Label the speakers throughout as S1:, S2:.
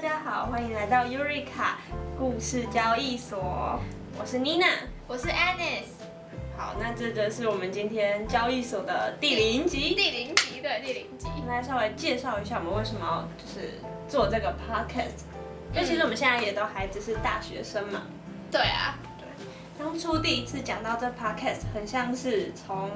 S1: 家好，欢迎来到 Eureka 故事交易所，我是 Nina。
S2: 我是 Anis，
S1: 好，那这就是我们今天交易所的第零集。
S2: 第零集对第零集，
S1: 应该稍微介绍一下我们为什么要就是做这个 podcast，因为其实我们现在也都还只是大学生嘛。
S2: 对啊，
S1: 当初第一次讲到这 podcast，很像是从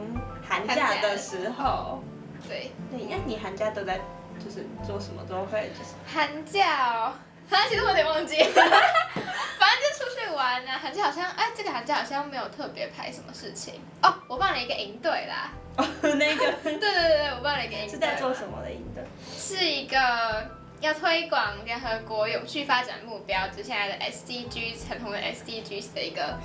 S1: 寒
S2: 寒
S1: 假的
S2: 假的
S1: 时候。
S2: 对
S1: 对，那你寒假都在就是做什么都会就是
S2: 寒假哦， 啊，其实我有点忘记， 反正就出去玩啊。寒假好像，哎，这个寒假好像没有特别排什么事情哦。我办了一个营队啦，
S1: 哦那
S2: 对
S1: 个
S2: 对对对，我办了一个营队，
S1: 是在做什？么的营队？
S2: 是一个要推广联合国永续发展目标，就是现在的 SDGs 很红的 SDGs 的一个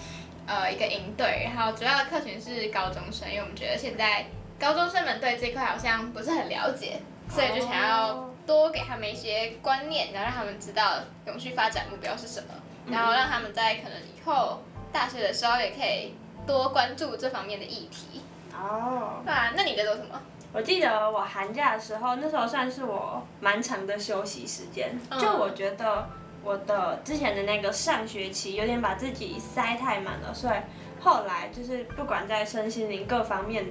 S2: 呃一个营队，然后主要的客群是高中生，因为我们觉得现在高中生们对这块好像不是很了解，所以就想要
S1: 哦
S2: 多给他们一些观念，然后让他们知道永续发展目标是什么，然后让他们在可能以后大学的时候也可以多关注这方面的议题。
S1: 哦。
S2: 对啊，那你在做什么？
S1: 我记得我寒假的时候，那时候算是我蛮长的休息时间。
S2: 嗯
S1: 就我觉得我的之前的那个上学期有点把自己塞太满了，所以后来就是不管在身心灵各方面，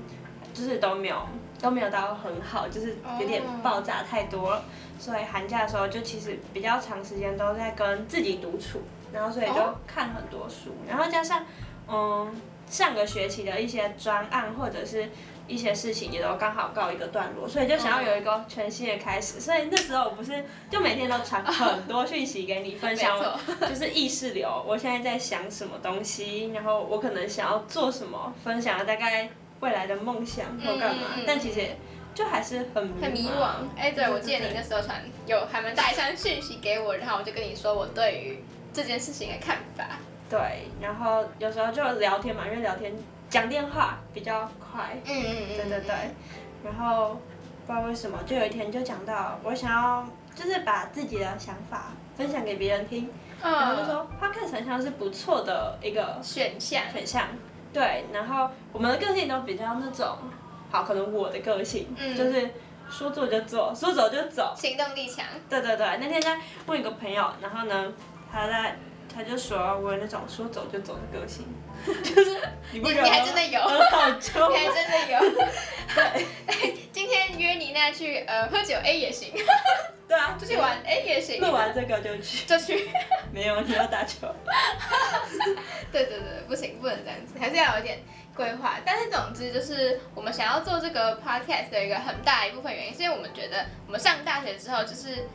S1: 就是都没有都没有到很好，就是有点
S2: 哦
S1: 爆炸太多了。所以寒假的时候就其实比较长时间都在跟自己独处，然后所以就
S2: 哦
S1: 看很多书，然后加上嗯上个学期的一些专案或者是一些事情也都刚好告一个段落，所以就想要有一个全新的开始。所以那时候我不是就每天都传很多讯息给你分享 我，就是意识流，我现在在想什么东西，然后我可能想要做什么，分享了大概未来的梦想或干嘛，
S2: 嗯嗯嗯
S1: 但其实就还是很迷
S2: 很迷惘。哎、对，我记得你那时候传有还蛮大一箱讯息给我，然后我就跟你说我对于这件事情的看法。
S1: 对，然后有时候就聊天嘛，因为聊天讲电话比较快，
S2: 嗯嗯嗯
S1: 对对对。然后不知道为什么，就有一天就讲到我想要就是把自己的想法分享给别人听，然后就
S2: 嗯，
S1: 说 podcast 很像是不错的一个
S2: 选项。
S1: 选项，对。然后我们的个性都比较那种，好，可能我的个性、
S2: 嗯
S1: 就是说做就做，说走就走，
S2: 行动力 强，
S1: 对对对，那天在问一个朋友，然后呢，他在他就说我有那种说走就走的个性， 就是你不
S2: 你
S1: 觉
S2: 你
S1: 得
S2: 还真 的有，
S1: 很好纠
S2: 你还
S1: 吗？
S2: 真的 有。哎今天约妮娜去呃喝酒，哎也行；
S1: 对啊，
S2: 出去玩，哎也 行。
S1: 录完这个就去，
S2: 就去。
S1: 没有你要打球，
S2: 对对对，不行，不能这样子，还是要有一点规划。但是总之就是，我们想要做这个 podcast 的一个很大一部分原因，是因为我们觉得我们上大学之后，就是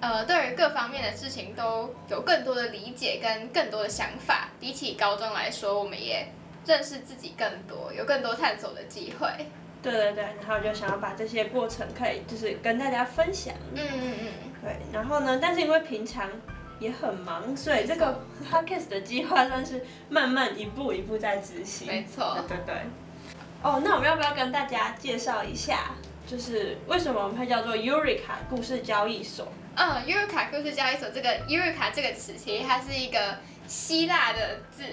S2: 呃，对于各方面的事情都有更多的理解跟更多的想法。比起高中来说，我们也认识自己更多，有更多探索的机会。
S1: 对对对，然后我就想要把这些过程可以就是跟大家分享，
S2: 嗯嗯嗯，
S1: 对，然后呢，但是因为平常。也很忙，所以这个 podcast 的计划算是慢慢一步一步在执行。
S2: 没错。
S1: 对对对。哦，那我们要不要跟大家介绍一下，就是为什么我们会叫做 Eureka 故事交易所？
S2: 嗯，Eureka 故事交易所这个 Eureka 这个词，其实它是一个希腊的字，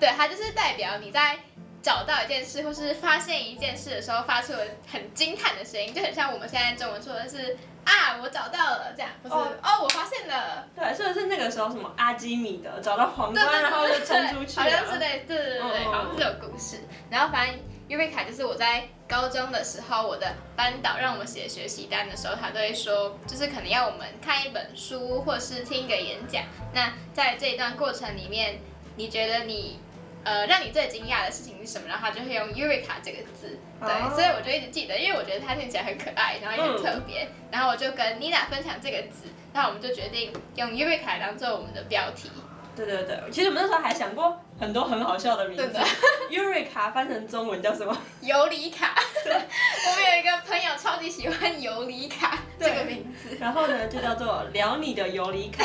S2: 对，它就是代表你在找到一件事或是发现一件事的时候发出了很惊叹的声音，就很像我们现在中文说的是啊，我找到了这样，或是
S1: 哦
S2: 哦我发现了，
S1: 对，所以是那个时候什么阿基米德找到皇
S2: 对对
S1: 冠，
S2: 对，
S1: 然后就冲
S2: 对
S1: 出去
S2: 好像之
S1: 了。
S2: 类，对对对对，
S1: 嗯嗯嗯
S2: 好像是有故事。然后反正 Eureka 就是我在高中的时候，我的班导让我们写学习单的时候，他都会说，就是可能要我们看一本书，或是听一个演讲。那在这一段过程里面，你觉得你呃让你最惊讶的事情是什么？然后他就会用 Eureka 这个字，对
S1: 哦
S2: 所以我就一直记得，因为我觉得它听起来很可爱，然后
S1: 嗯
S2: 也很特别。然后我就跟 Nina 分享这个字，然后我们就决定用 Eureka 当做我们的标题。
S1: 对对对，其实我们那时候还想过很多很好笑的名
S2: 对
S1: 字
S2: 的。
S1: Eureka 翻成中文叫什么？
S2: 尤里卡， 我们有一个朋友超级喜欢尤里卡这个名字，
S1: 然后呢，就叫做聊你的尤 里卡，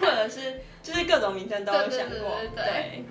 S1: 或者是就是各种名称都有想过。
S2: 对对对对对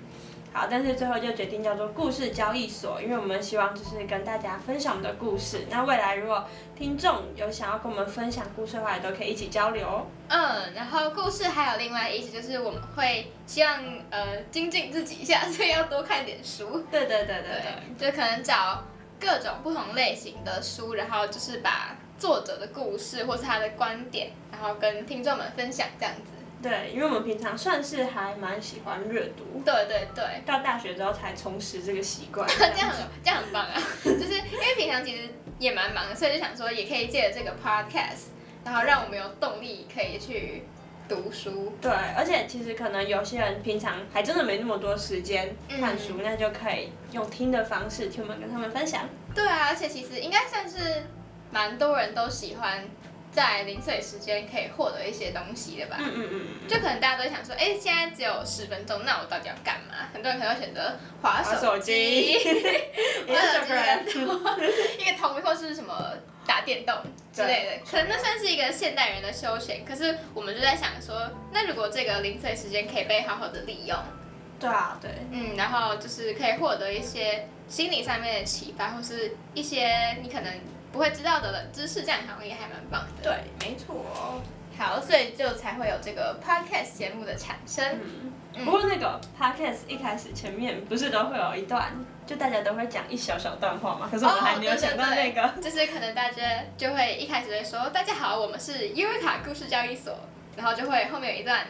S1: 好，但是最后就决定叫做故事交易所，因为我们希望就是跟大家分享我们的故事。那未来如果听众有想要跟我们分享故事的话，也都可以一起交流哦。
S2: 嗯，然后故事还有另外一意思就是我们会希望呃精进自己一下，所以要多看点书，
S1: 对对对对对。
S2: 对，就可能找各种不同类型的书，然后就是把作者的故事或是他的观点，然后跟听众们分享这样子。
S1: 对，因为我们平常算是还蛮喜欢阅读，
S2: 对对对，
S1: 到大学之后才重拾这个习惯。
S2: 这样很这样很棒啊！就是因为平常其实也蛮忙的，所以就想说也可以借着这个 podcast，然后让我们有动力可以去读书。
S1: 对，而且其实可能有些人平常还真的没那么多时间
S2: 嗯
S1: 看书，那就可以用听的方式听我们跟他们分享。
S2: 对啊，而且其实应该算是蛮多人都喜欢在零碎时间可以获得一些东西的吧。
S1: 嗯嗯嗯嗯，
S2: 就可能大家都想说，哎、现在只有十分钟，那我到底要干嘛？很多人可能会选择划
S1: 滑
S2: 手
S1: 手 机
S2: 啊 Instagram
S1: ，Instagram，
S2: 一个同或是什么打电动之类的，可能那算是一个现代人的休闲。可是我们就在想说，那如果这个零碎时间可以被好好的利用，
S1: 对啊，对，
S2: 嗯，然后就是可以获得一些心理上面的启发，或是一些你可能不会知道的冷知识，这样好像也还蛮棒的。
S1: 对，没错哦。
S2: 好，所以就才会有这个 podcast 节目的产生。嗯
S1: 不过那个 podcast 一开始前面不是都会有一段，就大家都会讲一小小段话嘛，可是我们还没有想到那个。
S2: 哦对对对就是可能大家就会一开始会说：“大家好，我们是 Eureka 故事交易所。”然后就会后面有一段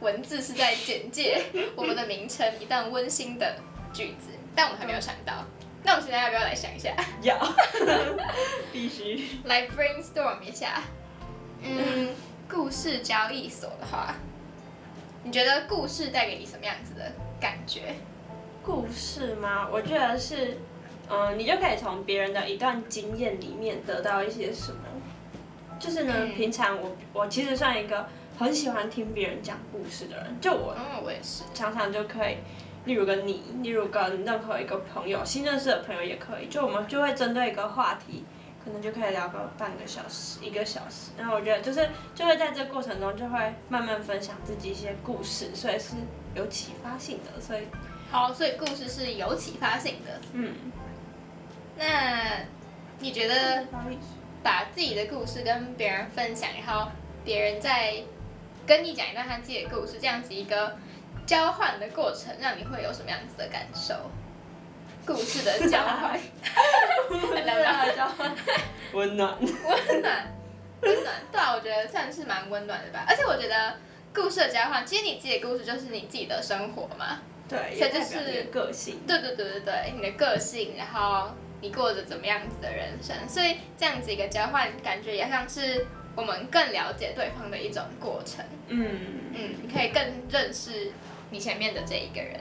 S2: 文字是在简介 我们的名称，一段温馨的句子，但我们还没有想到。那我们现在要不要来想一下，
S1: 要，必须。
S2: 来 brainstorm 一下？嗯，故事交易所的话，你觉得故事带给你什么样子的感觉？
S1: 故事吗？我觉得是，嗯、你就可以从别人的一段经验里面得到一些什么。就是呢，
S2: 嗯
S1: 平常我我其实算一个很喜欢听别人讲故事的人，就我
S2: 嗯，我也是。
S1: 常常就可以，例如跟你，例如跟任何一个朋友，新认识的朋友也可以，就我们就会针对一个话题，可能就可以聊个半个小时、一个小时。然后我觉得就是就会在这过程中就会慢慢分享自己一些故事，所以是有启发性的。所以
S2: 好，所以故事是有启发性的。
S1: 嗯，
S2: 那你觉得把自己的故事跟别人分享，然后别人再跟你讲一段他自己的故事，这样子一个交换的过程，让你会有什么样子的感受？故事的交换，
S1: 温暖 交换，温暖。
S2: 温暖，温暖，对啊，我觉得算是蛮温暖的吧。而且我觉得故事的交换，其实你自己的故事就是你自己的生活嘛，
S1: 对，
S2: 所
S1: 也
S2: 以就
S1: 代
S2: 是
S1: 表你的个性。
S2: 对对对对对，你的个性，然后你过着怎么样子的人生，所以这样子一个交换，感觉也像是我们更了解对方的一种过程。
S1: 嗯，
S2: 嗯，你可以更认识你前面的这一个人。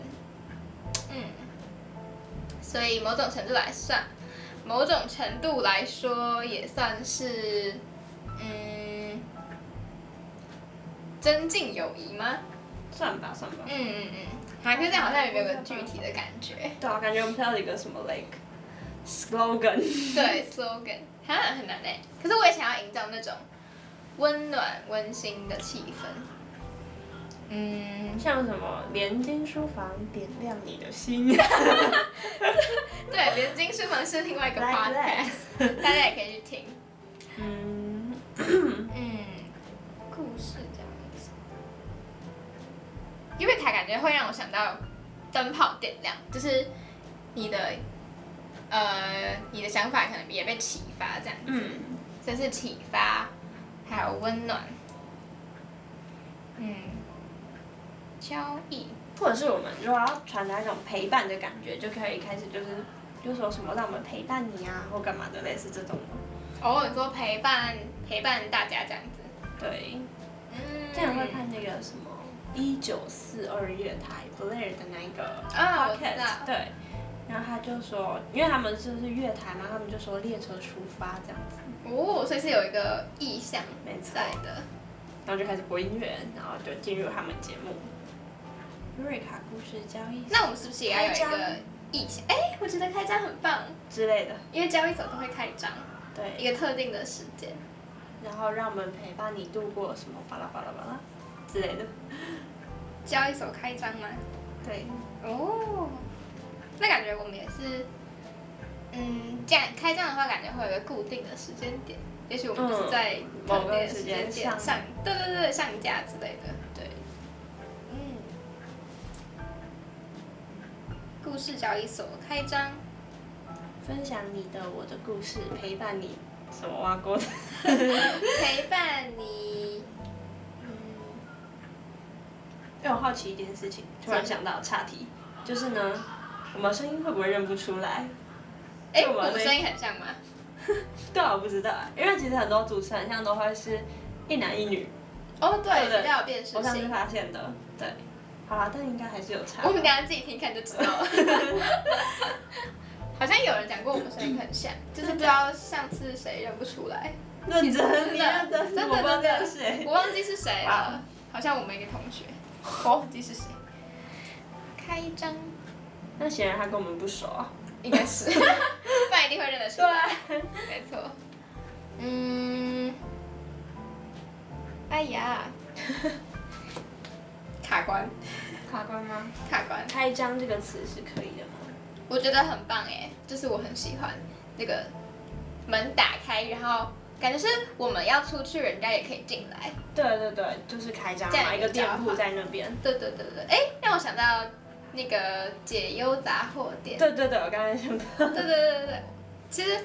S2: 嗯，所以某种程度来算，某种程度来说也算是，嗯，增进友谊吗？
S1: 算吧算吧。
S2: 嗯嗯嗯，还可以这样，好像也没有个具体的感觉。
S1: 对啊，感觉我们跳了一个什么 like slogan。
S2: 对，slogan 哈很难哎，可是我也想要营造那种温暖温馨的气氛。嗯，
S1: 像什么连金书房点亮你的心，
S2: 对，连金书房是另外一个
S1: Like
S2: podcast，大家也可以去听。
S1: 嗯，
S2: 嗯，故事这样子，因为它感觉会让我想到灯泡点亮，就是你的呃你的想法可能也被启发这样子。
S1: 嗯，
S2: 这是启发，还有温暖。嗯，交易。
S1: 或者是我们如果要传达一种陪伴的感觉，就可以开始就是就说什么让我们陪伴你啊，或干嘛的，类似这种的。
S2: 哦，你说陪伴陪伴大家这样子。
S1: 对，
S2: 嗯
S1: 这样会看那个什么一九四二月台 Blair 的那一个
S2: 啊我知
S1: podcast，、
S2: 道
S1: 对。然后他就说，因为他们就是月台嘛，他们就说列车出发这样子，
S2: 哦，所以是有一个意向
S1: 没错。
S2: 在的。
S1: 然后就开始播音乐，然后就进入他们节目。瑞卡故事交易
S2: 那我们是不是也要有一
S1: 开
S2: 个
S1: 张
S2: 意向？哎，我觉得开张很棒，
S1: 之类的，
S2: 因为交易所都会开张，
S1: 对。
S2: 一个特定的时间。
S1: 然后让我们陪伴你度过什么巴拉巴拉巴拉之类的。
S2: 交易所开张吗？
S1: 对，
S2: 哦，那感觉我们也是，嗯，这样开张的话，感觉会有一个固定的时间点，也许我们就是在特定的时间点上，对对对，上架之类的。
S1: 对，
S2: 嗯，故事交易所开张，
S1: 分享你的我的故事，陪伴你什么挖过的，
S2: 陪伴你。嗯，
S1: 因为我好奇一件事情，突然想到岔题，就是呢，我们声音会不会认不出来？
S2: 哎、
S1: 就我
S2: 我
S1: 们
S2: 们声音很像吗？
S1: 对啊，我不知道啊，因为其实很多主持人像都会是一男一女，
S2: 哦，
S1: 对对
S2: 比较有辨识
S1: 我上次
S2: 性。
S1: 发现的，对。好啦，但应该还是有差
S2: 我。们等一下自己听看就知道 了。好像有人讲过我们声音很 像，就是不知道上次谁认不出来，
S1: 认真，
S2: 真的
S1: 你认真，
S2: 真的
S1: 我不知道
S2: 真的
S1: 这是谁。
S2: 我忘记是谁
S1: 哇
S2: 了，好像我们一个同学，我忘记是谁。开一张，
S1: 那显然他跟我们不熟啊。
S2: 应该是，不然一定会 认得出来。没错。嗯，哎呀， 卡关，
S1: 卡关吗？
S2: 卡关。
S1: 开张这个词是可以的吗？
S2: 我觉得很棒哎，就是我很喜欢这个门打开，然后感觉是我们要出去，人家也可以进来。
S1: 对对对，就是开张
S2: 这
S1: 嘛，
S2: 样
S1: 一个店铺在那边。
S2: 对对对对，哎，让我想到那个解忧杂货店。
S1: 对对对，我刚才想到。
S2: 对对对对对，其实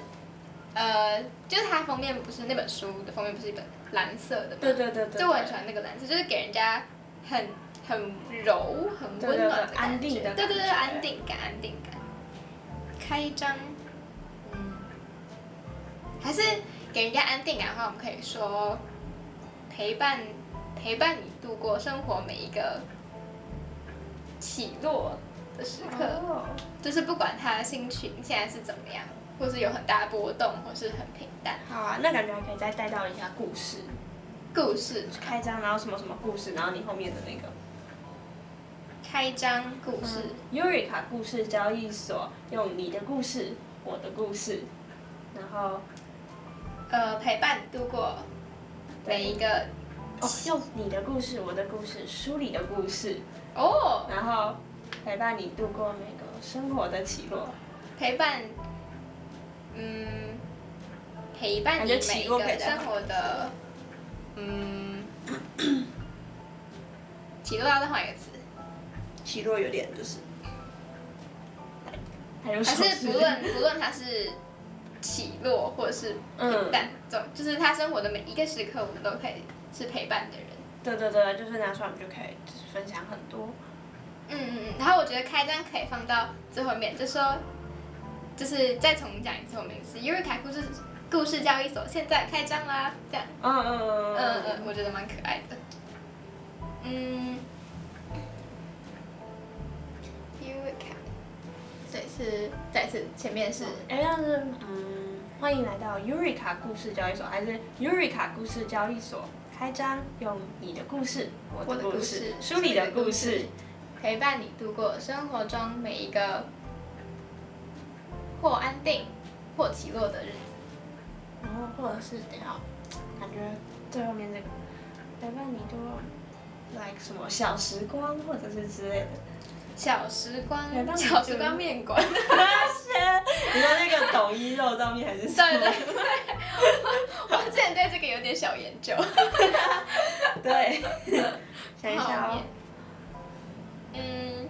S2: 呃，就是它封面不是那本书的封面不是一本蓝色的吗？
S1: 对对对对。
S2: 就我很喜欢那个蓝色，就是给人家很很柔、很
S1: 对对
S2: 温
S1: 对
S2: 暖的感
S1: 安
S2: 觉，
S1: 定的
S2: 对对
S1: 感
S2: 对，
S1: 觉
S2: 安定感，安定感。开一张，嗯，还是给人家安定感的话，我们可以说陪伴陪伴你度过生活每一个起落的时刻。
S1: 哦
S2: 就是不管他的心情现在是怎么样，或是有很大的波动，或是很平淡，
S1: 好啊，那感觉还可以再带到一下故事，
S2: 故事
S1: 开张，然后什么什么故事，然后你后面的那个。
S2: 开张故事，
S1: 嗯 Eureka 故事交易所，用你的故事，我的故事，然后
S2: 呃，陪伴你度过
S1: 对
S2: 每一个
S1: 哦，用你的故事，我的故事，书里的故事，
S2: 哦，
S1: 然后陪伴你度过每个生活的起落。
S2: 陪伴，嗯，陪伴
S1: 感
S2: 你
S1: 觉
S2: 每
S1: 起
S2: 一
S1: 落陪
S2: 个
S1: 伴
S2: 生活的，嗯，起落要再换一个词，
S1: 起落有点就是，还有
S2: 还
S1: 手
S2: 是
S1: 势
S2: 不论不论它是起落或者是
S1: 嗯
S2: 平淡，总就是他生活的每一个时刻，我们都可以是陪伴的人。
S1: 对对对，就是拿出来我们就可以就是分享很多。
S2: 嗯嗯嗯。然后我觉得开端可以放到最后面，就说就是再重讲一次我们是 Eureka 故事故事交易所现在开张啦，这样。
S1: 嗯嗯嗯
S2: 嗯嗯
S1: 嗯
S2: 嗯，我觉得蛮可爱的。嗯，Eureka，对，是再次前面是。
S1: 哎，但是嗯，欢迎来到 Eureka 故事交易所，还是 Eureka 故事交易所开张，用你的故事、我
S2: 我
S1: 的
S2: 的
S1: 故
S2: 故
S1: 事
S2: 事、
S1: 书里的故事，
S2: 陪伴你度过生活中每一个或安定或起落的日子。
S1: 然后或者是等一下，感觉最后面这个陪伴你多 like 什么小时光，或者是之类的。
S2: 小时光
S1: 陪伴，你
S2: 小时光面 馆，
S1: 你说那个抖音肉照面还是什
S2: 对
S1: 么？
S2: 对对， 我之前对这个有点小研究。
S1: 对， 想一下
S2: 泡
S1: 哦
S2: 面。嗯，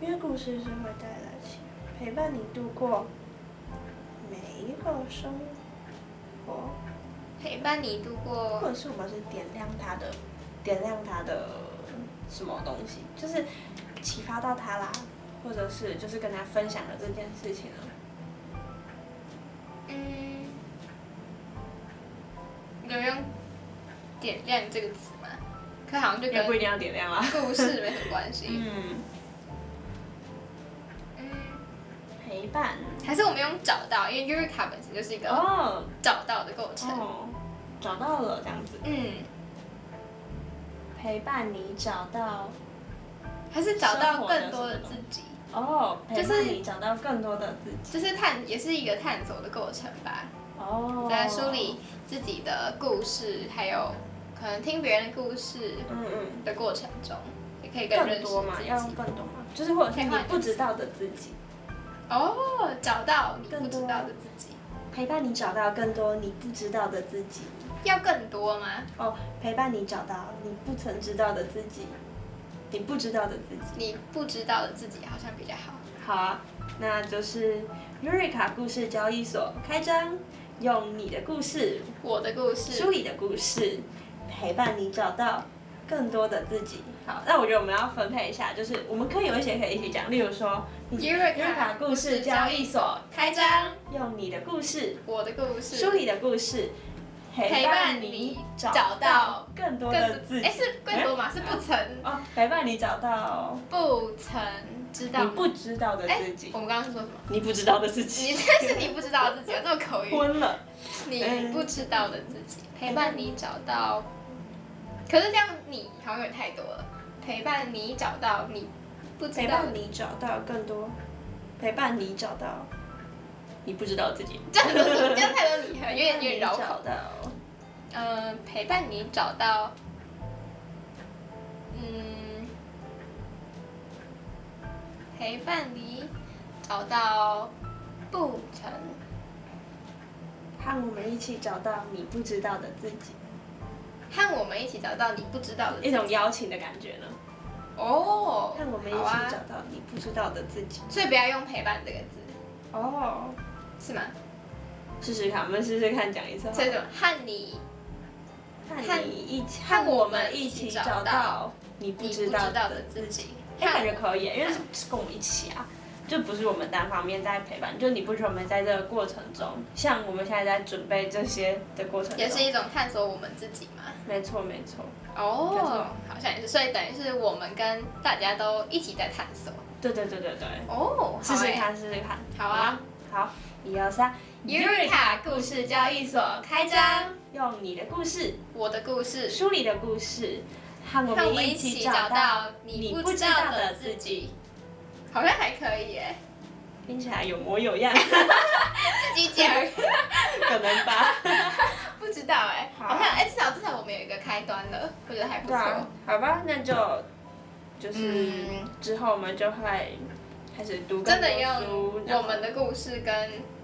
S1: 因为故事是会带来起陪伴你度过每一个生活，
S2: 陪伴你度
S1: 或
S2: 过
S1: 者是我们是点亮他的，点亮他的什么东西，就是启发到他啦，或者是就是跟他分享了这件事情了。
S2: 嗯，有人用“点亮”这个词吗？可好像就
S1: 也
S2: 跟
S1: 不一定要点亮啦。
S2: 故事没什么关系。
S1: 嗯，
S2: 嗯，
S1: 陪伴。
S2: 还是我们用找到，因为 Eureka 本身就是一个
S1: 哦
S2: 找到的过程。
S1: 哦，找到了这样子，
S2: 嗯，
S1: 陪伴你找到
S2: 还是找到更多的自己，
S1: 哦，陪
S2: 就是
S1: 伴你找到更多的自己
S2: 就是探也是一个探索的过程吧。
S1: 哦，
S2: 在梳理自己的故事，还有可能听别人的故事
S1: 嗯嗯，
S2: 的过程中，也可以更
S1: 更
S2: 认识
S1: 多嘛，要
S2: 自
S1: 用
S2: 己。
S1: 更多嘛，就是或者是你不知道的自己，
S2: 哦，找到你不
S1: 更多
S2: 知道的自己，
S1: 陪伴你找到更多你不知道的自己，
S2: 要更多吗？
S1: 哦，陪伴你找到你不曾知道的自己，你不知道的自己。
S2: 你不知道的自己好像比较好。
S1: 好啊，那就是 Eureka 故事交易所开张，用你的故事、
S2: 我的故事，
S1: 书里的故事，陪伴你找到更多的自己。好，那我觉得我们要分配一下，就是我们可以有一些可以一起讲，例如说
S2: Eureka
S1: 故事交易所
S2: 开张，
S1: 用你的故事、
S2: 我的故事，
S1: 书里的故事，
S2: 陪
S1: 陪
S2: 伴
S1: 伴
S2: 你
S1: 你
S2: 找
S1: 找
S2: 到
S1: 到更多
S2: 更
S1: 的自己
S2: 哎。是更多吗？是 不曾
S1: 哦，陪伴你找到
S2: 不曾知道
S1: 你
S2: 吗。
S1: 不知道的
S2: 哎
S1: 自己，
S2: 我们刚刚说什么？
S1: 你不知道的自己，
S2: 你 这是你不知道的自己，有这么口语。
S1: 昏了。哎
S2: 你不知道的自己，陪伴你找到。可是这样你好像有点太多了，陪伴你找到你不知
S1: 陪
S2: 道
S1: 伴
S2: 的，
S1: 你找到更多，陪伴你找到你不知道自己，
S2: 这样很多你，这样太多你，有点有点绕
S1: 陪伴你 找
S2: 口。
S1: 到
S2: 嗯，陪伴你找到，嗯，陪伴你找到不曾
S1: 和我们一起找到你不知道的自己，
S2: 和我们一起找到你不知道的
S1: 一种邀请的感觉呢？
S2: 哦。
S1: 哎和我们一
S2: 好
S1: 起
S2: 啊
S1: 找到你不知道的自己。
S2: 所以不要用陪伴这个字，
S1: 哦，
S2: 是吗？
S1: 试试看，我们试试看，讲一次好了。
S2: 所以什么和你
S1: 和你一起，
S2: 和
S1: 和我
S2: 我们
S1: 们
S2: 一
S1: 一
S2: 起
S1: 起
S2: 找
S1: 找
S2: 到
S1: 到你不
S2: 你不
S1: 知
S2: 知
S1: 道
S2: 道
S1: 的
S2: 的
S1: 自
S2: 自
S1: 己。
S2: 己。
S1: 哎，感觉可以耶，因为是跟我们一起啊，就不是我们单方面在陪伴，就你不觉得我们在这个过程中，像我们现在在准备这些的过程中，
S2: 也是一种探索我们自己嘛。
S1: 没错没错，没错
S2: 哦，好像也是，所以等于是我们跟大家都一起在探索。
S1: 对对对对对，
S2: 哦，
S1: 试试
S2: 好欸。
S1: 看试试看，
S2: 好啊，
S1: 好，一二三，
S2: Eureka 故事交易所开张，
S1: 用你的故事
S2: 我的故事，
S1: 梳理的故事，和我
S2: 让我
S1: 们
S2: 们一
S1: 一
S2: 起
S1: 起
S2: 找
S1: 找
S2: 到
S1: 到
S2: 你
S1: 你
S2: 不
S1: 不
S2: 知
S1: 知
S2: 道
S1: 道
S2: 的
S1: 的
S2: 自
S1: 自
S2: 己。好像还可以耶，
S1: 听起来有模有样，
S2: 自己讲
S1: 可能吧？
S2: 不知道哎，
S1: 好
S2: 好像哎，至少至少我们有一个开端了，我觉得还不
S1: 对啊
S2: 错。，
S1: 好吧，那就就是
S2: 嗯
S1: 之后我们就会开始读更
S2: 真的
S1: 多
S2: 用
S1: 书然
S2: 我
S1: 后
S2: 们的故事跟，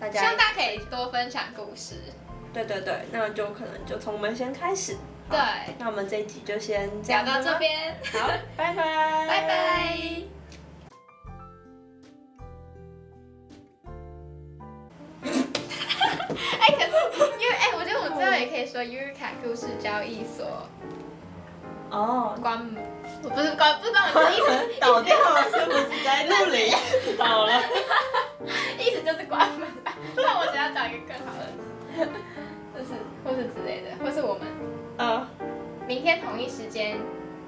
S1: 大
S2: 希望
S1: 家
S2: 大家可以多分享故事。
S1: 对对对，那就可能就从我们先开始。
S2: 对，
S1: 那我们这一集就先这
S2: 聊
S1: 样
S2: 到
S1: 子
S2: 这
S1: 吧，
S2: 边。
S1: 好，拜拜，拜
S2: 拜拜。哎，可是因为哎，我觉得我们最后也可以说 Eureka 故事交易所
S1: 哦，
S2: 关门，我不是关，不是关门，意 思
S1: 倒掉了是不是在录里倒了？
S2: 意思就是关门吧。那我觉得要找一个更好的，或是或是之类的，或是我们
S1: 嗯
S2: 明天同一时间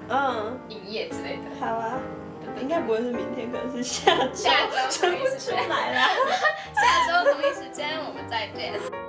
S1: 嗯，
S2: 营业之类的。
S1: 好啊，应该不会是明天，可能是下周，
S2: 下 周
S1: 生不出来了。
S2: 下周同一时间我们再见。